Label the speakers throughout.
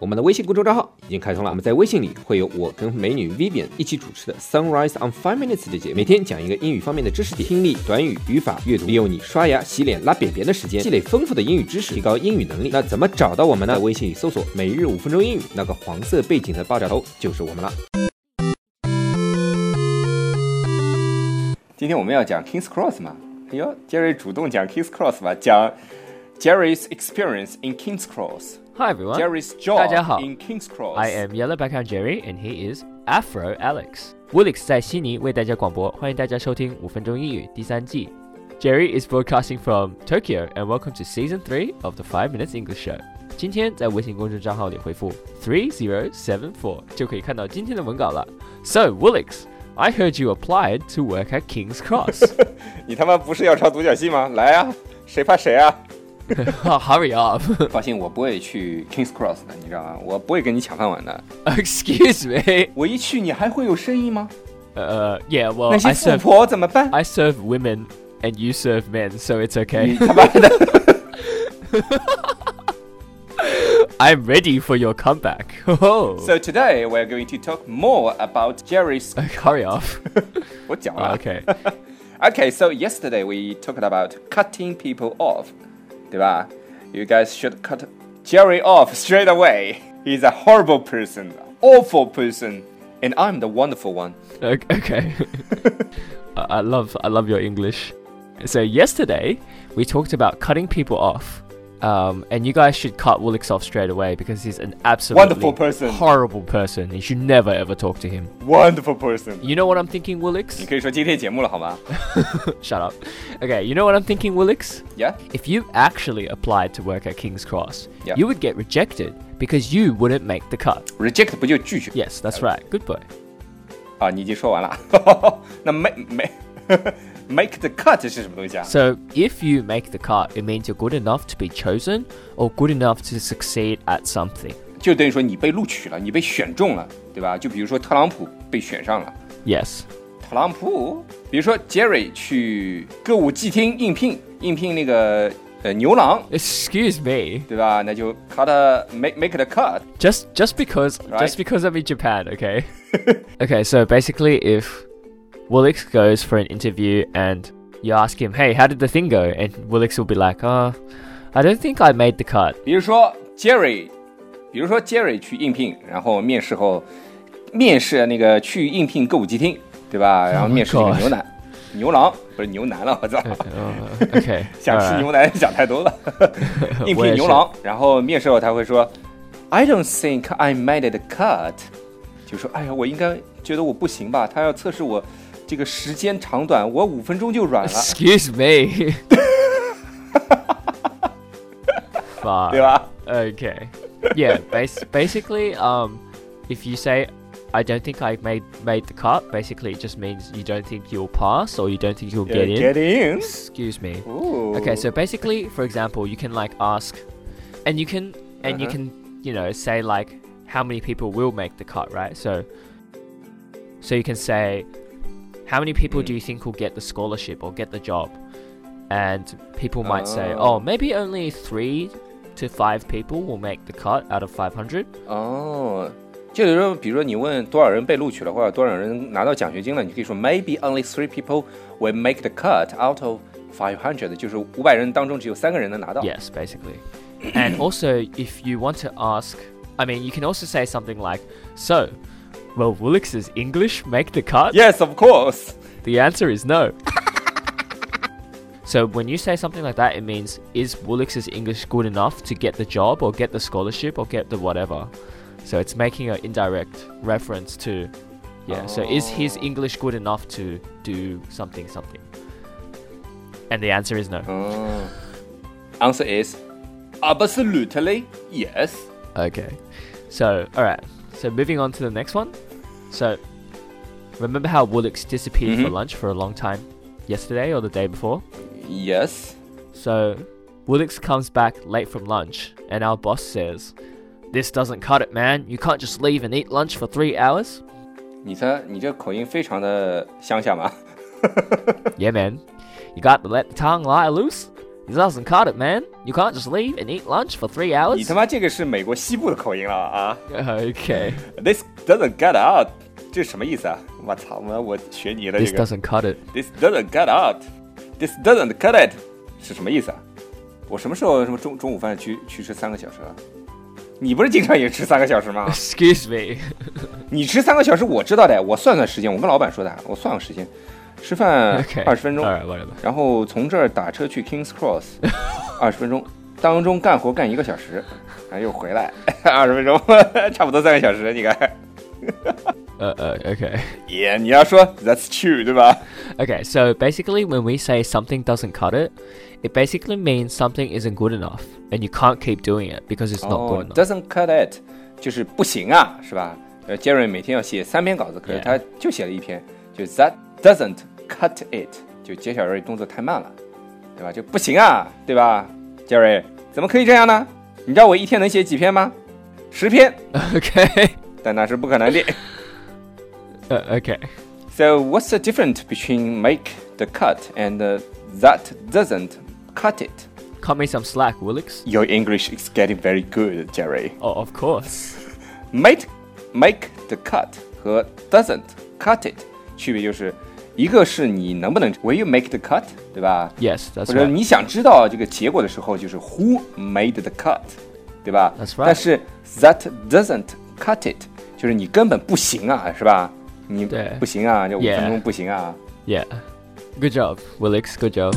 Speaker 1: 我们的微信公众账号已经开通了，我们在微信里会有我跟美女 Vivian 一起主持的 Sunrise on Five Minutes 的节目，每天讲一个英语方面的知识点，听力、短语、语法、阅读，利用你刷牙、洗脸、拉便便的时间，积累丰富的英语知识，提高英语能力。那怎么找到我们呢？在微信里搜索“每日五分钟英语”，那个黄色背景的爆炸头就是我们了。今天我们要讲 Kings Cross 嘛？哎呦，Jerry 主动讲 Kings Cross 吧，讲 Jerry's experience in Kings Cross。
Speaker 2: Hi everyone.
Speaker 1: Jerry's
Speaker 2: 大
Speaker 1: job
Speaker 2: 家好
Speaker 1: in King's Cross.
Speaker 2: I am Yellow Background Jerry, and he is Afro Alex. Woolix 在悉尼为大家广播，欢迎大家收听五分钟英语第三季。Jerry is broadcasting from Tokyo, and welcome to season three of the Five Minutes English Show. 今天在微信公众账号里回复 three zero seven four 就可以看到今天的文稿了。So Woolix, I heard you applied to work at King's Cross.
Speaker 1: 你他妈不是要唱独角戏吗？来啊，谁怕谁啊！
Speaker 2: Hurry up!
Speaker 1: 放心，我不会去 King's Cross 的，你知道吗？我不会跟你抢饭碗的。
Speaker 2: Excuse me.
Speaker 1: 我一去，你还会有生意吗？
Speaker 2: Uh, yeah. Well,
Speaker 1: 那些
Speaker 2: I
Speaker 1: 富
Speaker 2: serve
Speaker 1: 婆怎么办？
Speaker 2: I serve women, and you serve men, so it's okay.
Speaker 1: 你他妈的！
Speaker 2: I'm ready for your comeback. Oh,
Speaker 1: So today we're going to talk more about Jerry's.
Speaker 2: Uh, hurry up.
Speaker 1: 我讲了。
Speaker 2: Ah, okay.
Speaker 1: Okay. So yesterday we talked about cutting people off，对吧？You guys should cut Jerry off straight away. He's a horrible person, awful person, and I'm the wonderful one.
Speaker 2: Ok- Okay. I I love I love your English. So yesterday we talked about cutting people off. Um, and you guys should cut Woolix off straight away because he's an absolutely
Speaker 1: Wonderful person.
Speaker 2: horrible person. You should never ever talk to him.
Speaker 1: Wonderful person.
Speaker 2: You know what I'm thinking, Woolix?
Speaker 1: 你可以说今天节目了，好吗
Speaker 2: Shut up. Okay, you know what I'm thinking, Woolix?
Speaker 1: ？Yeah.
Speaker 2: If you actually applied to work at King's Cross,
Speaker 1: Yeah.
Speaker 2: you would get rejected because you wouldn't make the cut.
Speaker 1: Reject 不就拒绝
Speaker 2: Yes, that's right. Good boy.
Speaker 1: 啊？你已经说完了。 那 make make make the cut 是什么东西啊
Speaker 2: So, if you make the cut, it means you're good enough to be chosen or good enough to succeed at something.
Speaker 1: 就等于说你被录取了，你被选中了，对吧？就比如说特朗普被选上了，
Speaker 2: Yes.
Speaker 1: 特朗普，比如说 Jerry 去歌舞伎厅应聘，应聘那个呃牛郎，
Speaker 2: Excuse me.
Speaker 1: 对吧？那就 cut a- make make the cut。
Speaker 2: Just just because
Speaker 1: Right.
Speaker 2: just because I'm in Japan, okay? okay, so basically if Woolix goes for an interview and you ask him, "Hey, how did the thing go?" and Woolix will be like, "Uh, I don't think I made the cut."
Speaker 1: 比如说 Jerry，比如说 Jerry 去应聘，然后面试后，面试那个去应聘歌舞伎厅，对吧？然后
Speaker 2: Oh my
Speaker 1: 面试那个
Speaker 2: God
Speaker 1: 牛腩，牛郎不是牛腩了，我操，
Speaker 2: Uh, okay.
Speaker 1: 想吃
Speaker 2: alright.
Speaker 1: 牛腩想太多了。应
Speaker 2: 我
Speaker 1: 聘
Speaker 2: 也是
Speaker 1: 牛郎，然后面试后他会说，I don't think I made the cut，就说哎呀，我应该觉得我不行吧？他要测试我这个时间长短，我五分钟就软 了，
Speaker 2: Excuse me. Fuck.
Speaker 1: 对吧？
Speaker 2: Okay. Yeah. Bas- basically, um, if you say, "I don't think I made made the cut," basically it just means you don't think you'll pass or you don't think you'll get in.
Speaker 1: Get in.
Speaker 2: Excuse me.
Speaker 1: Ooh.
Speaker 2: Okay. So basically, for example, you can like ask, and you can and you can you know say like how many people will make the cut, right? So, so you can say, how many people do you think will get the scholarship or get the job? And people might say,
Speaker 1: Oh.
Speaker 2: oh, maybe only three to five people will make the cut out of 500.
Speaker 1: 哦，就是说，比如说你问多少人被录取了，或者多少人拿到奖学金了，你可以说 maybe only three people will make the cut out of five hundred，就是五百人当中只有三个人能拿到。
Speaker 2: Yes, basically. and also, if you want to ask, I mean, you can also say something like, so, will Woolix's English make the cut?
Speaker 1: Yes, of course.
Speaker 2: The answer is no. so when you say something like that, it means is Woolix's English good enough to get the job or get the scholarship or get the whatever? So it's making an indirect reference to yeah. So is his English good enough to do something something? And the answer is no.
Speaker 1: 哦 Answer is absolutely yes.
Speaker 2: Okay. So all right. So moving on to the next one. So remember how Woolix disappeared for lunch for a long time yesterday or the day before?
Speaker 1: Yes.
Speaker 2: So, Woolix comes back late from lunch, and our boss says, This doesn't cut it, man. You can't just leave and eat lunch for three hours.
Speaker 1: 你这你这口音非常的乡下嘛。
Speaker 2: Yeah, man. You got to let the tongue lie loose. This doesn't cut it, man. You can't just leave and eat lunch for three
Speaker 1: 你
Speaker 2: hours.
Speaker 1: 他妈这个是美国西部的口音了啊
Speaker 2: Okay.
Speaker 1: ！This doesn't get out，这什么意思啊？我操！我我学你了
Speaker 2: This
Speaker 1: 这个。
Speaker 2: doesn't cut it.
Speaker 1: This doesn't get out，This doesn't cut it 是什么意思啊？我什么时候什么中中午饭去去吃三个小时了？你不是经常也吃三个小时吗？
Speaker 2: Excuse me.
Speaker 1: 你吃三个小时，我知道的，我算算时间，我跟老板说的，我算个时间，吃饭
Speaker 2: Okay.
Speaker 1: 二十分钟
Speaker 2: All right, whatever.
Speaker 1: 然后从这儿打车去 Kings Cross，二十分钟，当中干活干一个小时，然后又回来 二十分钟，差不多三个小时，你看，
Speaker 2: Uh, uh, okay.
Speaker 1: 耶、你要说 That's true 对吧？
Speaker 2: Okay, so basically, when we say something doesn't cut it, it basically means something isn't good enough, and you can't keep doing it because it's not
Speaker 1: 哦
Speaker 2: good enough.
Speaker 1: ，doesn't cut it，就是不行啊，是吧？呃，Jerry 每天要写三篇稿子，可是
Speaker 2: Yeah
Speaker 1: 他就写了一篇，就 That doesn't cut it，就杰小瑞动作太慢了，对吧？就不行啊，对吧？Jerry 怎么可以这样呢？你知道我一天能写几篇吗？十篇，
Speaker 2: Okay.
Speaker 1: 但那是不可能 的。
Speaker 2: Uh, okay.
Speaker 1: So what's the difference between make the cut and uh, that doesn't cut it?
Speaker 2: Cut me some slack, Willix.
Speaker 1: Your English is getting very good, Jerry.
Speaker 2: Oh, of course.
Speaker 1: Make make the cut 和 doesn't cut it 区别就是，一个是你能不能 Will you make the cut，对吧？
Speaker 2: Yes, that's
Speaker 1: 或者
Speaker 2: right.
Speaker 1: 你想知道这个结果的时候，就是 Who made the cut，对吧
Speaker 2: That's right
Speaker 1: 但是 That doesn't cut it 就是你根本不行啊，是吧？你
Speaker 2: 对
Speaker 1: 不行啊，这五
Speaker 2: Yeah
Speaker 1: 分钟不行啊。
Speaker 2: Yeah. Good job, Willix. Good job.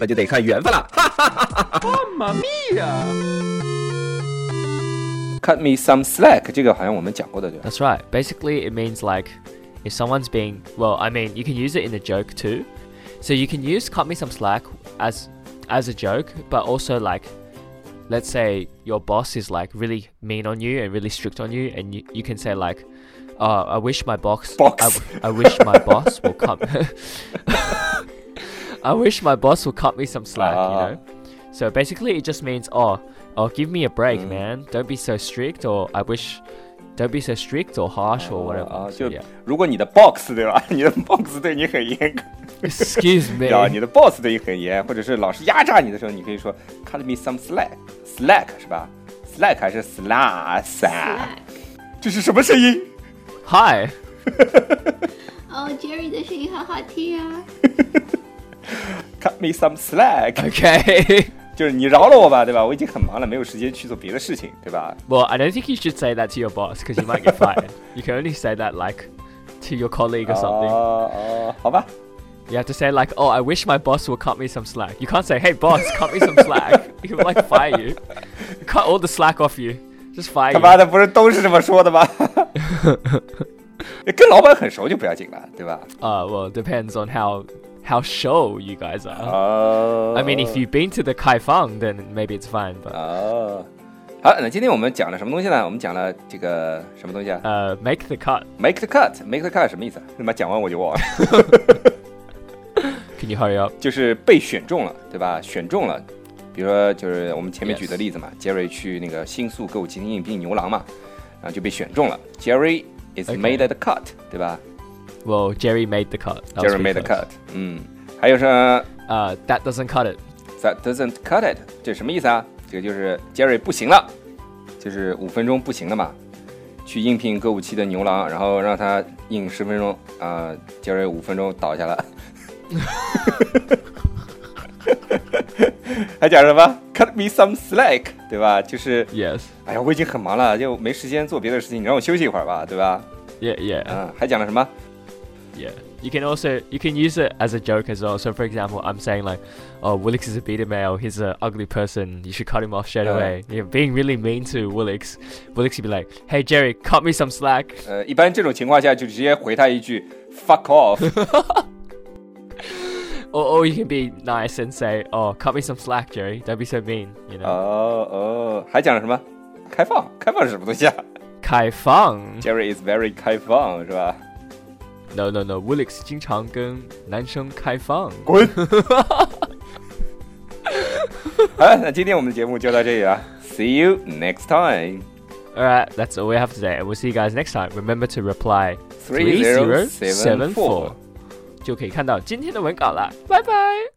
Speaker 3: 那就得看缘分啦。
Speaker 1: Cut me some slack，这个好像我们讲过的，对吧？
Speaker 2: That's right. Basically, it means like if someone's being, well, I mean, you can use it in a joke too. So you can use cut me some slack as as a joke, but also like let's say your boss is like really mean on you and really strict on you and you, you can say like uh, I wish my box,
Speaker 1: Box.
Speaker 2: I, w- I wish my boss will come I wish my boss will cut me some slack,
Speaker 1: Ah.
Speaker 2: you know. So basically it just means oh, oh give me a break,
Speaker 1: Mm.
Speaker 2: man. Don't be so strict or I wish don't be so strict or harsh or whatever.
Speaker 1: 啊，
Speaker 2: So,
Speaker 1: 就
Speaker 2: yeah.
Speaker 1: 如果你的 box 对吧？ 你的 box 对你很严格，
Speaker 2: Excuse me.
Speaker 1: 啊，你的 boss 对你很严，或者是老师压榨你的时候，你可以说 cut me some slack，slack 是吧？slack 还是 slack？这是什么声音？
Speaker 2: Hi.
Speaker 4: 哦，Jerry 的声音好好听啊！
Speaker 1: Cut me some
Speaker 2: 哎
Speaker 1: slack，
Speaker 2: Okay.
Speaker 1: 就是你饶了我吧，对吧？我已经很忙了，没有时间去做别的事情，对吧？
Speaker 2: Well, I don't think you should say that to your boss because you might get fired. you can only say that like to your colleague or
Speaker 1: 哦
Speaker 2: something.
Speaker 1: 哦，好吧，
Speaker 2: You have to say like, "Oh, I wish my boss will cut me some slack." You can't say, "Hey, boss, cut me some slack." He'll like fire you. Cut all the slack off you. Just fire
Speaker 1: 他
Speaker 2: you.
Speaker 1: 妈的不是都是这么说的 吗？跟老板很熟就不要紧了，对吧？
Speaker 2: Uh, well, it depends on how how show you guys are.
Speaker 1: 哦
Speaker 2: I mean, if you've been to the Kaifang, then maybe it's fine.
Speaker 1: Uh.
Speaker 2: But
Speaker 1: 哦，好，那今天我们讲了什么东西呢？我们讲了这个什么东西啊
Speaker 2: uh, make the cut.
Speaker 1: ？Make the cut，make the cut 什么意思啊？ 他妈讲完我就忘了，
Speaker 2: Can you hurry up?
Speaker 1: 就是被选中了，对吧？选中了，比如说就是我们前面
Speaker 2: Yes
Speaker 1: 举的例子嘛杰瑞去那个新宿购急性硬病牛郎嘛，然后就被选中了。Jerry is
Speaker 2: Okay
Speaker 1: made the cut，对吧
Speaker 2: Well, Jerry made the cut. That was
Speaker 1: ？Jerry made
Speaker 2: pretty
Speaker 1: the
Speaker 2: close.
Speaker 1: cut，嗯，还有说
Speaker 2: Uh, that doesn't cut it.
Speaker 1: That doesn't cut it，这什么意思啊？这个就是 Jerry 不行了，就是五分钟不行了嘛。去应聘歌舞伎的牛郎，然后让他应十分钟，啊、杰瑞五分钟倒下了。 还讲什么？Cut me some slack，对吧？就是，
Speaker 2: Yes.
Speaker 1: 哎呀，我已经很忙了，就没时间做别的事情，你让我休息一会儿吧，对吧？Uh.
Speaker 2: Yeah, yeah.
Speaker 1: 啊，还讲了什么
Speaker 2: Yeah. You can also you can use it as a joke as well. So for example, I'm saying like, "Oh, Willix is a beta male. He's an ugly person. You should cut him off straight
Speaker 5: Uh.
Speaker 2: away." You're being really mean to Willix. Willix would be like, "Hey Jerry, cut me some slack."
Speaker 1: 呃，一般这种情况下就直接回他一句 fuck off，
Speaker 2: Or, or you can be nice and say, "Oh, cut me some slack, Jerry. Don't be so mean."
Speaker 1: 哦
Speaker 2: You know.
Speaker 1: 哦，还讲什么？开放，开放是什么东西啊
Speaker 2: 开放
Speaker 1: ？Jerry is very 开放是吧？
Speaker 2: ？No no no. Willix 经常跟男生开放。
Speaker 1: 好了，那今天我们的节目就到这里了，See you next time。
Speaker 2: All right, that's all we have today, and we'll see you guys next time. Remember to reply
Speaker 1: Three zero seven four
Speaker 2: 就可以看到今天的文稿啦，拜拜。